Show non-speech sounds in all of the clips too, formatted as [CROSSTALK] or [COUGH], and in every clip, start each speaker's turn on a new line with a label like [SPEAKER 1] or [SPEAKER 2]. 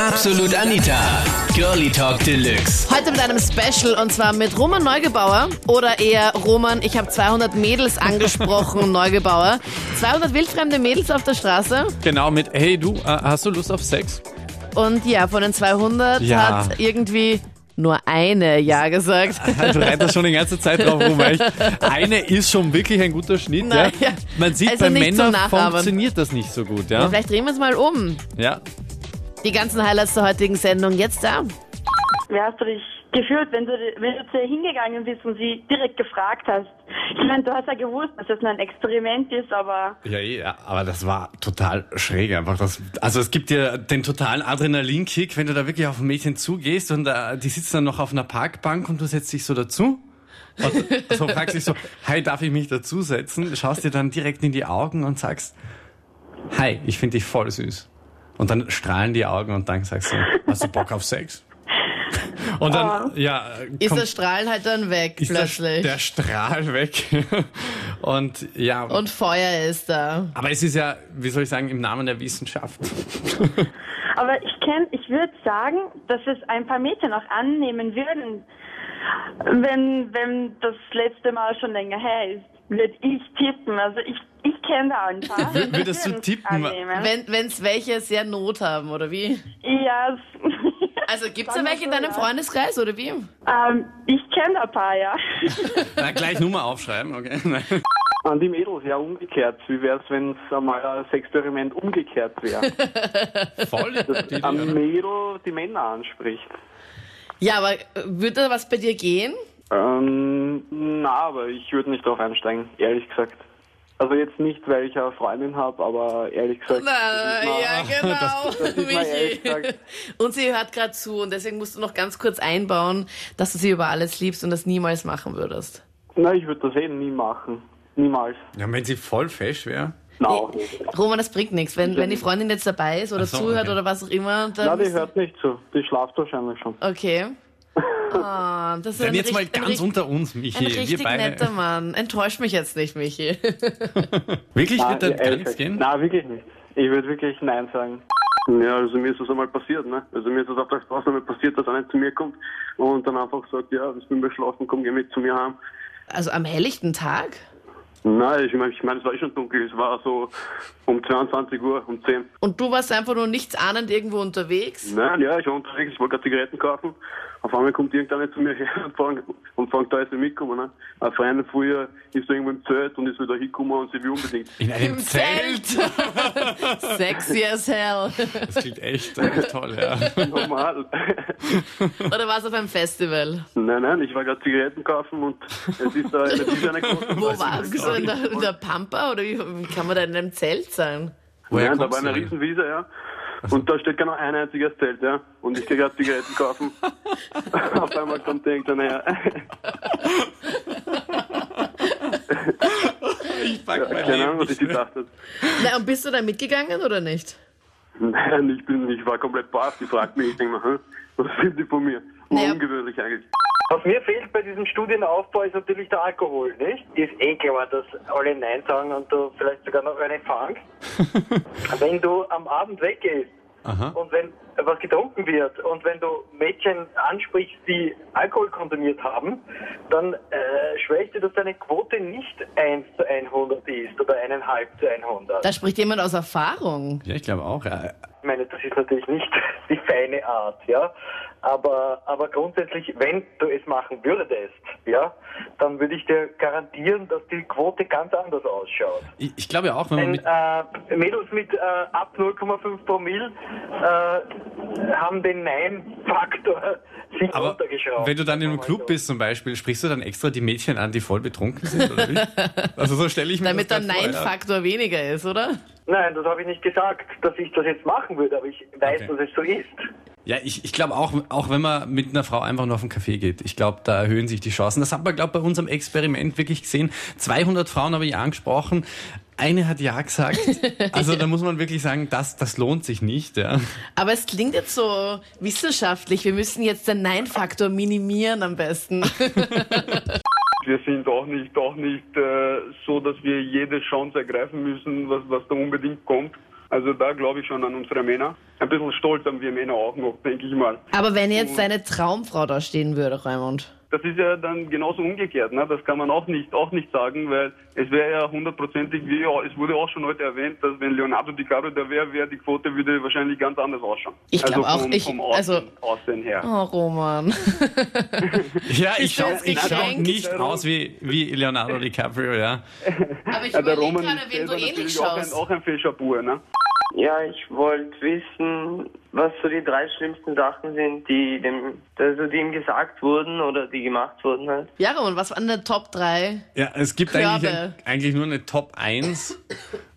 [SPEAKER 1] Absolut Anita. Girlie Talk Deluxe.
[SPEAKER 2] Heute mit einem Special und zwar mit Roman Neugebauer oder eher Roman, ich habe 200 Mädels
[SPEAKER 3] [LAUGHS]
[SPEAKER 2] angesprochen, Neugebauer. 200 wildfremde Mädels auf der Straße
[SPEAKER 4] Genau, mit Hey du, äh, hast du Lust auf Sex?
[SPEAKER 2] und ja, von den 200
[SPEAKER 4] Ja.
[SPEAKER 2] hat irgendwie nur eine Ja
[SPEAKER 3] [LAUGHS]
[SPEAKER 2] gesagt.
[SPEAKER 4] Du reitest schon die ganze Zeit drauf rum. weil ich- Eine ist schon wirklich ein guter Schnitt.
[SPEAKER 2] Naja.
[SPEAKER 4] Ja. Man sieht,
[SPEAKER 2] Also
[SPEAKER 4] bei
[SPEAKER 2] nicht zum
[SPEAKER 4] Männern
[SPEAKER 2] Nachahmen.
[SPEAKER 4] funktioniert das nicht so gut. Ja?
[SPEAKER 2] Vielleicht drehen wir es mal um.
[SPEAKER 4] Ja.
[SPEAKER 2] Die ganzen Highlights der heutigen Sendung jetzt da.
[SPEAKER 5] Wie hast du dich gefühlt, wenn du, wenn du zu ihr hingegangen bist und sie direkt gefragt hast? Ich meine, du hast ja gewusst, dass das nur ein Experiment ist, aber
[SPEAKER 3] Ja, eh, ja, aber das war total schräg einfach. Das, also es gibt dir den totalen Adrenalinkick, wenn du da wirklich auf ein Mädchen zugehst und äh, die sitzt dann noch auf einer Parkbank und du setzt dich so dazu. Und so fragst dich so, hi, darf ich mich dazusetzen? Schaust dir dann direkt in die Augen und sagst, hi, ich finde dich voll süß. Und dann strahlen die Augen und dann sagst du, hast du Bock auf Sex? Und dann, ja,
[SPEAKER 2] Oh. Ist
[SPEAKER 3] kommt-
[SPEAKER 2] das Strahlen halt dann weg
[SPEAKER 3] ist der-
[SPEAKER 2] plötzlich.
[SPEAKER 3] der Strahl weg. [LAUGHS] und ja.
[SPEAKER 2] und Feuer ist da.
[SPEAKER 3] Aber es ist ja, wie soll ich sagen, im Namen der Wissenschaft.
[SPEAKER 5] Aber ich kenn, ich würde sagen, dass es ein paar Mädchen auch annehmen würden, wenn, wenn das letzte Mal schon länger her ist. Würde ich tippen. Also ich, ich kenne
[SPEAKER 3] [LAUGHS]
[SPEAKER 5] da ein paar. die
[SPEAKER 3] würdest du
[SPEAKER 5] würden's
[SPEAKER 3] tippen?
[SPEAKER 5] Annehmen.
[SPEAKER 2] Wenn es welche sehr Not haben, oder wie?
[SPEAKER 5] Ja. es-
[SPEAKER 2] Also gibt es da
[SPEAKER 5] Sagen wir
[SPEAKER 2] welche in
[SPEAKER 5] so,
[SPEAKER 2] deinem
[SPEAKER 5] ja.
[SPEAKER 2] Freundeskreis, oder wie?
[SPEAKER 5] ähm, ich kenne da ein paar,
[SPEAKER 2] [LAUGHS]
[SPEAKER 5] ja.
[SPEAKER 3] [LAUGHS] Na, gleich Nummer aufschreiben, okay? Nein.
[SPEAKER 6] An die Mädels, ja umgekehrt. Wie wär's, wenn's einmal ein Experiment umgekehrt
[SPEAKER 3] [LAUGHS]
[SPEAKER 6] wäre?
[SPEAKER 3] [LAUGHS] Voll. Die,
[SPEAKER 6] Ein Mädel die Männer anspricht.
[SPEAKER 2] Ja, aber äh, würde da was bei dir gehen?
[SPEAKER 6] Ähm, na, aber ich würde nicht drauf einsteigen, ehrlich gesagt. Also jetzt nicht, weil ich eine Freundin habe, aber ehrlich gesagt.
[SPEAKER 2] Na,
[SPEAKER 6] das ist mal-
[SPEAKER 3] [LAUGHS]
[SPEAKER 2] ja, genau,
[SPEAKER 6] ist mal ehrlich
[SPEAKER 2] Michi.
[SPEAKER 6] gesagt.
[SPEAKER 2] Und sie hört gerade zu und deswegen musst du noch ganz kurz einbauen, dass du sie über alles liebst und das niemals machen würdest.
[SPEAKER 6] Na, ich würde das eh nie machen. Niemals.
[SPEAKER 3] ja, wenn sie voll fesch wäre.
[SPEAKER 6] Na,
[SPEAKER 2] Nee.
[SPEAKER 6] auch nicht.
[SPEAKER 2] Roman, das bringt nichts. Wenn, wenn die Freundin jetzt dabei ist oder
[SPEAKER 3] Ach so,
[SPEAKER 2] zuhört
[SPEAKER 3] okay.
[SPEAKER 2] oder was auch immer, dann.
[SPEAKER 6] Na, die
[SPEAKER 2] musst du-
[SPEAKER 6] hört nicht zu. Die schlaft wahrscheinlich schon.
[SPEAKER 3] [LAUGHS]
[SPEAKER 2] okay. Ah, das ist
[SPEAKER 3] Dann
[SPEAKER 2] ein
[SPEAKER 3] jetzt mal
[SPEAKER 2] richt- ein
[SPEAKER 3] ganz
[SPEAKER 2] richt-
[SPEAKER 3] unter uns, Michi.
[SPEAKER 2] Ein richtig
[SPEAKER 3] wir beide.
[SPEAKER 2] netter Mann. Enttäuscht mich jetzt nicht, Michi. [LAUGHS]
[SPEAKER 3] Wirklich
[SPEAKER 6] Na,
[SPEAKER 3] wird da gar
[SPEAKER 6] ehrlich gesagt.
[SPEAKER 3] nichts gehen?
[SPEAKER 6] Na, wirklich nicht. Ich würde wirklich Nein sagen.
[SPEAKER 7] Ja, also mir ist das einmal passiert, ne? Also mir ist das auf der Straße einmal passiert, dass einer zu mir kommt und dann einfach sagt, ja, ich bin beschlafen, komm, geh mit zu mir heim.
[SPEAKER 2] Also am helllichten Tag?
[SPEAKER 7] Nein, ich meine, ich mein, es war eh schon dunkel, es war so um 22 Uhr, um 10.
[SPEAKER 2] Und du warst einfach nur nichts ahnend irgendwo unterwegs?
[SPEAKER 7] Nein, ja, ich war unterwegs, ich wollte gerade Zigaretten kaufen. Auf einmal kommt irgendeiner zu mir her und fragt, und fragt da ist er mitgekommen, ne? Eine Freundin früher ist da irgendwo im Zelt und ist wieder hingekommen und sie will unbedingt. [LAUGHS]
[SPEAKER 3] In einem Zelt.
[SPEAKER 2] [LAUGHS] Sexy as hell. [LAUGHS]
[SPEAKER 3] Das klingt echt äh, toll, ja.
[SPEAKER 7] Normal. [LAUGHS]
[SPEAKER 2] Oder war es auf einem Festival?
[SPEAKER 7] nein, nein, ich war gerade Zigaretten kaufen und es ist da eine Tüte reingekommen.
[SPEAKER 2] [LAUGHS] Wo war es? So in der, in der Pampa? Oder wie, wie kann man da in einem Zelt sein?
[SPEAKER 3] Woher
[SPEAKER 7] Nein, da
[SPEAKER 3] kommst
[SPEAKER 7] war eine
[SPEAKER 3] du?
[SPEAKER 7] Riesenwiese, ja. Und da steht genau ein einziges Zelt, ja. Und ich gehe gerade
[SPEAKER 2] [LAUGHS]
[SPEAKER 3] [LAUGHS]
[SPEAKER 7] Zigaretten kaufen. Auf einmal kommt irgendeiner her.
[SPEAKER 3] Ich pack mein
[SPEAKER 7] Keine
[SPEAKER 3] Leben
[SPEAKER 7] Ahnung, was
[SPEAKER 3] nicht
[SPEAKER 7] ich
[SPEAKER 3] mehr.
[SPEAKER 7] gedacht habe.
[SPEAKER 2] Na, und bist du da mitgegangen oder nicht?
[SPEAKER 7] Nein, ich bin, ich war komplett baff. Die fragt mich, ich denke mir, hä, was will die von mir?
[SPEAKER 2] Naja.
[SPEAKER 7] Ungewöhnlich eigentlich.
[SPEAKER 8] Was mir fehlt bei diesem Studienaufbau ist natürlich der Alkohol, nicht? Ist eh klar, dass alle Nein sagen und du vielleicht sogar noch eine fangst. wenn du am Abend weggehst und wenn was getrunken wird und wenn du Mädchen ansprichst, die Alkohol konsumiert haben, dann äh, schwöre ich dir, dass deine Quote nicht 1 zu 100 ist oder 1,5 zu 100.
[SPEAKER 2] Da spricht jemand aus Erfahrung.
[SPEAKER 3] [LAUGHS] Ja, ich glaube auch. Ja.
[SPEAKER 8] Ich meine, das ist natürlich nicht [LAUGHS] die feine Art, ja. Aber, aber grundsätzlich, wenn du es machen würdest, ja, dann würde ich dir garantieren, dass die Quote ganz anders ausschaut.
[SPEAKER 3] Ich, ich glaube auch, wenn man mit,
[SPEAKER 8] Denn äh, Mädels mit äh, ab 0,5 Promille äh, haben den Nein-Faktor [LAUGHS] sich
[SPEAKER 3] aber
[SPEAKER 8] runtergeschraubt.
[SPEAKER 3] wenn du dann in einem
[SPEAKER 7] Oh
[SPEAKER 8] Sagen wir mal so.
[SPEAKER 3] Club bist zum Beispiel, sprichst du dann extra die Mädchen an, die voll betrunken sind, [LAUGHS] oder wie? Also so stelle ich mir
[SPEAKER 2] Damit der
[SPEAKER 3] das grad vor, ja.
[SPEAKER 2] Nein-Faktor weniger ist, oder?
[SPEAKER 8] Nein, das habe ich nicht gesagt, dass ich das jetzt machen würde, aber ich weiß,
[SPEAKER 3] Okay.
[SPEAKER 8] dass es so ist.
[SPEAKER 3] Ja, ich, ich glaube auch, auch wenn man mit einer Frau einfach nur auf einen Kaffee geht, ich glaube, da erhöhen sich die Chancen. Das hat man, glaube ich, bei unserem Experiment wirklich gesehen. 200 Frauen habe ich angesprochen. Eine hat ja
[SPEAKER 2] [LAUGHS]
[SPEAKER 3] gesagt. Also da muss man wirklich sagen, das, das lohnt sich
[SPEAKER 2] [LAUGHS]
[SPEAKER 3] nicht. Ja.
[SPEAKER 2] Aber es klingt jetzt so wissenschaftlich. Wir müssen jetzt den Nein-Faktor minimieren am besten.
[SPEAKER 7] Wir sind auch nicht, äh, auch nicht so, dass wir jede Chance ergreifen müssen, was, was da unbedingt kommt. Also da glaube ich schon an unsere Männer. Ein bisschen stolz haben wir Männer auch noch, denke ich mal.
[SPEAKER 2] Aber wenn
[SPEAKER 7] Mhm.
[SPEAKER 2] jetzt deine Traumfrau da stehen würde, Raimund.
[SPEAKER 7] Das ist ja dann genauso umgekehrt, ne? Das kann man auch nicht, auch nicht sagen, weil es wäre ja hundertprozentig, wie es wurde auch schon heute erwähnt, dass wenn Leonardo DiCaprio da wäre, wäre die Quote würde wahrscheinlich ganz anders ausschauen.
[SPEAKER 2] Ich glaub
[SPEAKER 7] also
[SPEAKER 2] auch,
[SPEAKER 7] vom,
[SPEAKER 2] ich-
[SPEAKER 7] vom Aussehen,
[SPEAKER 2] also-
[SPEAKER 7] Aussehen her.
[SPEAKER 2] Oh,
[SPEAKER 7] [LAUGHS]
[SPEAKER 2] Roman.
[SPEAKER 3] Ja, ich
[SPEAKER 2] will
[SPEAKER 3] schaue
[SPEAKER 2] das
[SPEAKER 3] ich schau
[SPEAKER 2] Geschenk.
[SPEAKER 3] nicht aus wie, wie Leonardo DiCaprio, ja.
[SPEAKER 2] Aber ich
[SPEAKER 7] Ja, der
[SPEAKER 2] überlege
[SPEAKER 7] Roman
[SPEAKER 2] gerade,
[SPEAKER 7] ist
[SPEAKER 2] wem du
[SPEAKER 7] selber
[SPEAKER 2] ähnlich
[SPEAKER 7] natürlich auch ein,
[SPEAKER 2] schaust.
[SPEAKER 7] auch ein Fischerbuhr, ne?
[SPEAKER 9] Ja, ich wollte wissen, was so die drei schlimmsten Sachen sind, die dem, also die ihm gesagt wurden oder die gemacht wurden halt.
[SPEAKER 2] Ja, Roman, was waren der Top 3?
[SPEAKER 3] Ja, es gibt
[SPEAKER 2] Körbe.
[SPEAKER 3] eigentlich, ein- eigentlich nur eine Top 1.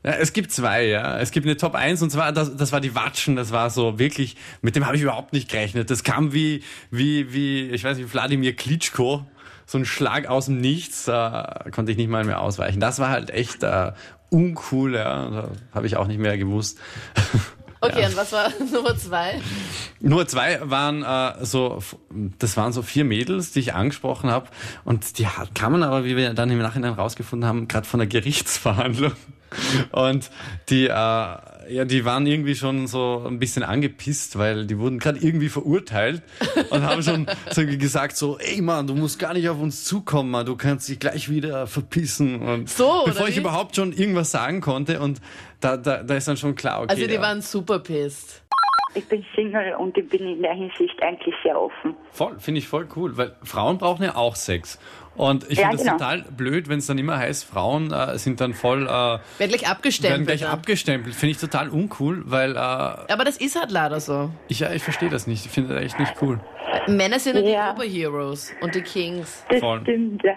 [SPEAKER 3] Ja, es gibt zwei, ja. Es gibt eine Top 1 und zwar, das, das war die Watschen, das war so wirklich, mit dem habe ich überhaupt nicht gerechnet. Das kam wie, wie, wie, ich weiß nicht, Wladimir Klitschko, so ein Schlag aus dem Nichts, da konnte ich nicht mal mehr ausweichen. Das war halt echt äh, uncool, ja. Da habe ich auch nicht mehr gewusst. [LAUGHS]
[SPEAKER 2] Okay, und was war [LAUGHS] Nummer 2?
[SPEAKER 3] Nur zwei waren äh, so, f- das waren so vier Mädels, die ich angesprochen habe. Und die hat- kamen aber, wie wir dann im Nachhinein rausgefunden haben, gerade von der Gerichtsverhandlung. Und die, äh, ja, die waren irgendwie schon so ein bisschen angepisst, weil die wurden gerade irgendwie verurteilt und haben schon so gesagt so, ey Mann, du musst gar nicht auf uns zukommen, Mann, du kannst dich gleich wieder verpissen. Und
[SPEAKER 2] So, oder
[SPEAKER 3] bevor ich
[SPEAKER 2] wie?
[SPEAKER 3] überhaupt schon irgendwas sagen konnte und da, da, da ist dann schon klar, okay.
[SPEAKER 2] Also, die
[SPEAKER 3] ja.
[SPEAKER 2] waren super pissed.
[SPEAKER 10] Ich bin Single und ich bin in der Hinsicht eigentlich sehr offen.
[SPEAKER 3] Voll, finde ich voll cool, weil Frauen brauchen ja auch Sex. Und ich
[SPEAKER 10] Ja,
[SPEAKER 3] finde es
[SPEAKER 10] genau.
[SPEAKER 3] total blöd, wenn es dann immer heißt, Frauen äh, sind dann voll, äh,
[SPEAKER 2] Werd gleich
[SPEAKER 3] werden
[SPEAKER 2] abgestempelt.
[SPEAKER 3] gleich
[SPEAKER 2] ne?
[SPEAKER 3] abgestempelt. Finde ich total uncool, weil äh,
[SPEAKER 2] Aber das ist halt leider so.
[SPEAKER 3] ich, ja, ich verstehe das nicht. Ich finde das echt nicht cool.
[SPEAKER 2] Männer sind ja
[SPEAKER 10] Ja.
[SPEAKER 2] die Oberheroes und die Kings.
[SPEAKER 10] Das
[SPEAKER 3] Voll.
[SPEAKER 10] stimmt, ja.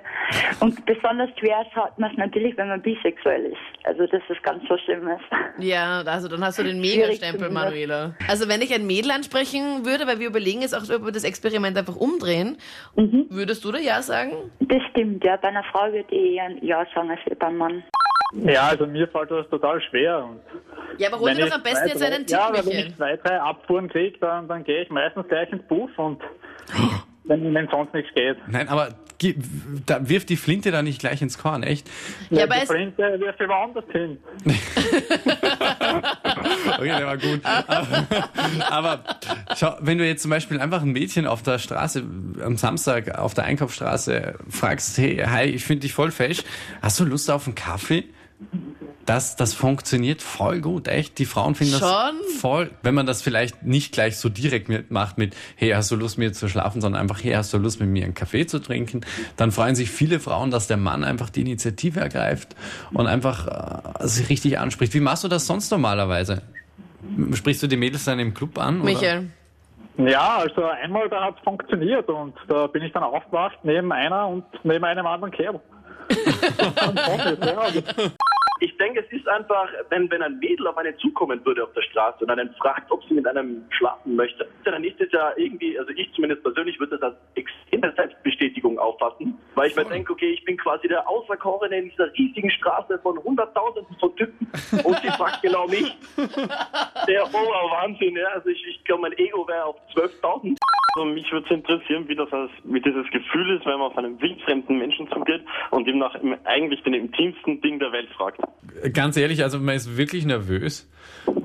[SPEAKER 10] Und besonders schwer hat man es natürlich, wenn man bisexuell ist. Also das ist ganz was Schlimmes.
[SPEAKER 2] Ja, also dann hast du den
[SPEAKER 10] Schwierig
[SPEAKER 2] Megastempel,
[SPEAKER 10] zu bemerken.
[SPEAKER 2] Manuela. Also wenn ich ein Mädel ansprechen würde, weil wir überlegen jetzt auch, ob wir das Experiment einfach umdrehen,
[SPEAKER 10] Mhm.
[SPEAKER 2] würdest du da ja sagen?
[SPEAKER 10] Das stimmt, ja. Bei einer Frau würde ich eher ein Ja sagen als beim Mann.
[SPEAKER 8] Ja, also mir fällt das total schwer. Und
[SPEAKER 2] Ja, aber hol
[SPEAKER 8] wenn
[SPEAKER 2] dir doch
[SPEAKER 8] ich
[SPEAKER 2] am besten
[SPEAKER 8] zwei,
[SPEAKER 2] jetzt
[SPEAKER 8] drei-
[SPEAKER 2] einen Tipp,
[SPEAKER 8] Ja, aber wenn ich
[SPEAKER 2] Michael.
[SPEAKER 8] zwei, drei Abfuhren kriege, dann, dann gehe ich meistens gleich ins Puff
[SPEAKER 2] [GASPS]
[SPEAKER 8] und wenn, wenn sonst nichts geht.
[SPEAKER 3] Nein, aber gi- da wirft die Flinte da nicht gleich ins Korn, echt?
[SPEAKER 2] Ja, aber
[SPEAKER 8] die
[SPEAKER 2] es,
[SPEAKER 8] Flinte wirft immer anders hin.
[SPEAKER 3] Okay, der war gut. Aber, aber schau, wenn du jetzt zum Beispiel einfach ein Mädchen auf der Straße am Samstag auf der Einkaufsstraße fragst, hey, hi, ich finde dich voll fesch, hast du Lust auf einen Kaffee? Das, das funktioniert voll gut, echt. Die Frauen finden
[SPEAKER 2] Schon?
[SPEAKER 3] das voll, wenn man das vielleicht nicht gleich so direkt mitmacht mit, hey, hast du Lust mit mir zu schlafen, sondern einfach, hey, hast du Lust mit mir einen Kaffee zu trinken, dann freuen sich viele Frauen, dass der Mann einfach die Initiative ergreift und einfach äh, sich richtig anspricht. Wie machst du das sonst normalerweise? Sprichst du die Mädels dann im Club an? Oder?
[SPEAKER 2] Michael.
[SPEAKER 8] Ja, also einmal da hat es funktioniert und da bin ich dann aufgewacht neben einer und neben einem anderen Kerl.
[SPEAKER 11] Ich denke, es ist einfach, wenn, wenn ein Mädel auf eine zukommen würde auf der Straße und einen fragt, ob sie mit einem schlafen möchte, dann ist es ja irgendwie, also ich zumindest persönlich würde das als extreme Selbstbestätigung auffassen, weil ich mir denke, okay, ich bin quasi der Auserkorene in dieser riesigen Straße von hunderttausenden von Typen und sie fragt genau mich. Der Oberwahnsinn, ja, also ich, ich glaube, mein Ego wäre auf 12.000.
[SPEAKER 7] Also mich würde es interessieren, wie das als, wie dieses Gefühl ist, wenn man auf einen wildfremden Menschen zugeht und ihm nach im- eigentlich den intimsten Ding der Welt fragt.
[SPEAKER 3] Ganz ehrlich, also man ist wirklich nervös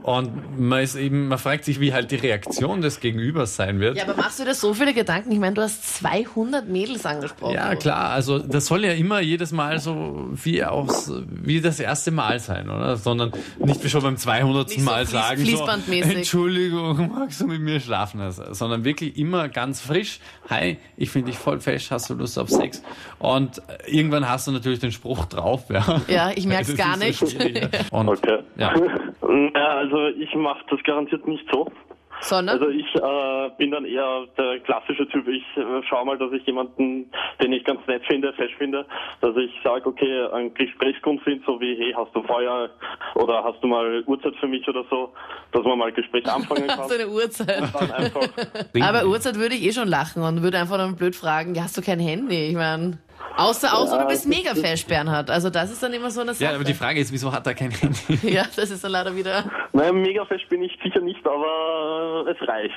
[SPEAKER 3] und man ist eben, man fragt sich, wie halt die Reaktion des Gegenübers sein wird.
[SPEAKER 2] Ja, aber machst du dir so viele Gedanken? Ich meine, du hast 200 Mädels angesprochen.
[SPEAKER 3] Ja, klar, also das soll ja immer jedes Mal so wie aufs, wie das erste Mal sein, oder? Sondern nicht wie schon beim 200.
[SPEAKER 2] Nicht so
[SPEAKER 3] Mal
[SPEAKER 2] fließ-
[SPEAKER 3] sagen,
[SPEAKER 2] fließbandmäßig.
[SPEAKER 3] So, Entschuldigung, magst du mit mir schlafen? Also, sondern wirklich immer ganz frisch, hi, ich finde dich voll fesch, hast du Lust auf Sex? Und äh, irgendwann hast du natürlich den Spruch drauf, ja.
[SPEAKER 2] Ja, ich merk's
[SPEAKER 3] Das ist
[SPEAKER 2] gar
[SPEAKER 3] so
[SPEAKER 2] nicht.
[SPEAKER 3] schwierig, ja. Und,
[SPEAKER 7] Okay.
[SPEAKER 8] [LAUGHS]
[SPEAKER 3] ja.
[SPEAKER 7] Ja, also ich mache das garantiert nicht so.
[SPEAKER 2] Sondern? [LAUGHS]
[SPEAKER 7] Also ich äh, bin dann eher der klassische Typ. Ich äh, schaue mal, dass ich jemanden, den ich ganz nett finde, fesch finde, dass ich sage, okay, ein Gesprächsgrund sind, so wie, hey, hast du Feuer oder hast du mal Uhrzeit für mich oder so, dass man mal ein
[SPEAKER 2] [LAUGHS]
[SPEAKER 7] Gespräch anfangen kann.
[SPEAKER 2] hast du eine Uhrzeit?
[SPEAKER 7] dann einfach
[SPEAKER 2] Aber Uhrzeit würde ich eh schon lachen und würde einfach dann blöd fragen, ja, hast du kein Handy? Ich meine, Außer, außer
[SPEAKER 12] Ja,
[SPEAKER 2] du bist
[SPEAKER 12] das
[SPEAKER 2] mega fesch, Bernhard. Also das ist dann immer so eine
[SPEAKER 12] Ja, aber
[SPEAKER 2] Sache.
[SPEAKER 12] die Frage ist, wieso hat er kein Handy?
[SPEAKER 2] Ja, das ist dann leider wieder...
[SPEAKER 9] Naja, mega fest bin ich sicher nicht, aber es reicht.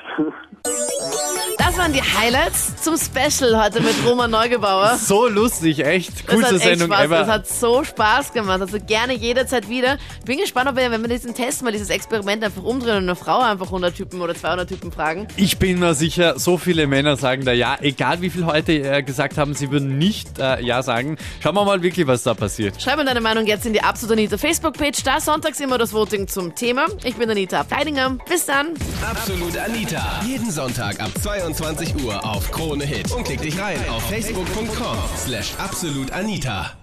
[SPEAKER 2] Das waren die Highlights zum Special heute mit Roman Neugebauer.
[SPEAKER 3] So lustig, echt.
[SPEAKER 2] Das
[SPEAKER 3] Coolste
[SPEAKER 2] hat echt
[SPEAKER 3] Sendung
[SPEAKER 2] Spaß,
[SPEAKER 3] ever.
[SPEAKER 2] Das hat so Spaß gemacht. Also gerne jederzeit wieder. Bin gespannt, ob wir, wenn wir diesen Test mal, dieses Experiment einfach umdrehen und eine Frau einfach 100 Typen oder 200 Typen fragen.
[SPEAKER 3] Ich bin mir sicher, so viele Männer sagen da ja, egal wie viel heute äh, gesagt haben, sie würden nicht äh, ja sagen. Schauen wir mal wirklich, was da passiert.
[SPEAKER 2] Schreib mir deine Meinung jetzt in die Absolut Anita Facebook-Page. Da sonntags immer das Voting zum Thema. Ich bin Anita Abteidinger. Bis dann.
[SPEAKER 1] Absolut Anita. Jeden Sonntag ab 22 Uhr auf Krone Hit. Und klick dich rein auf facebook.com slash absolutanita.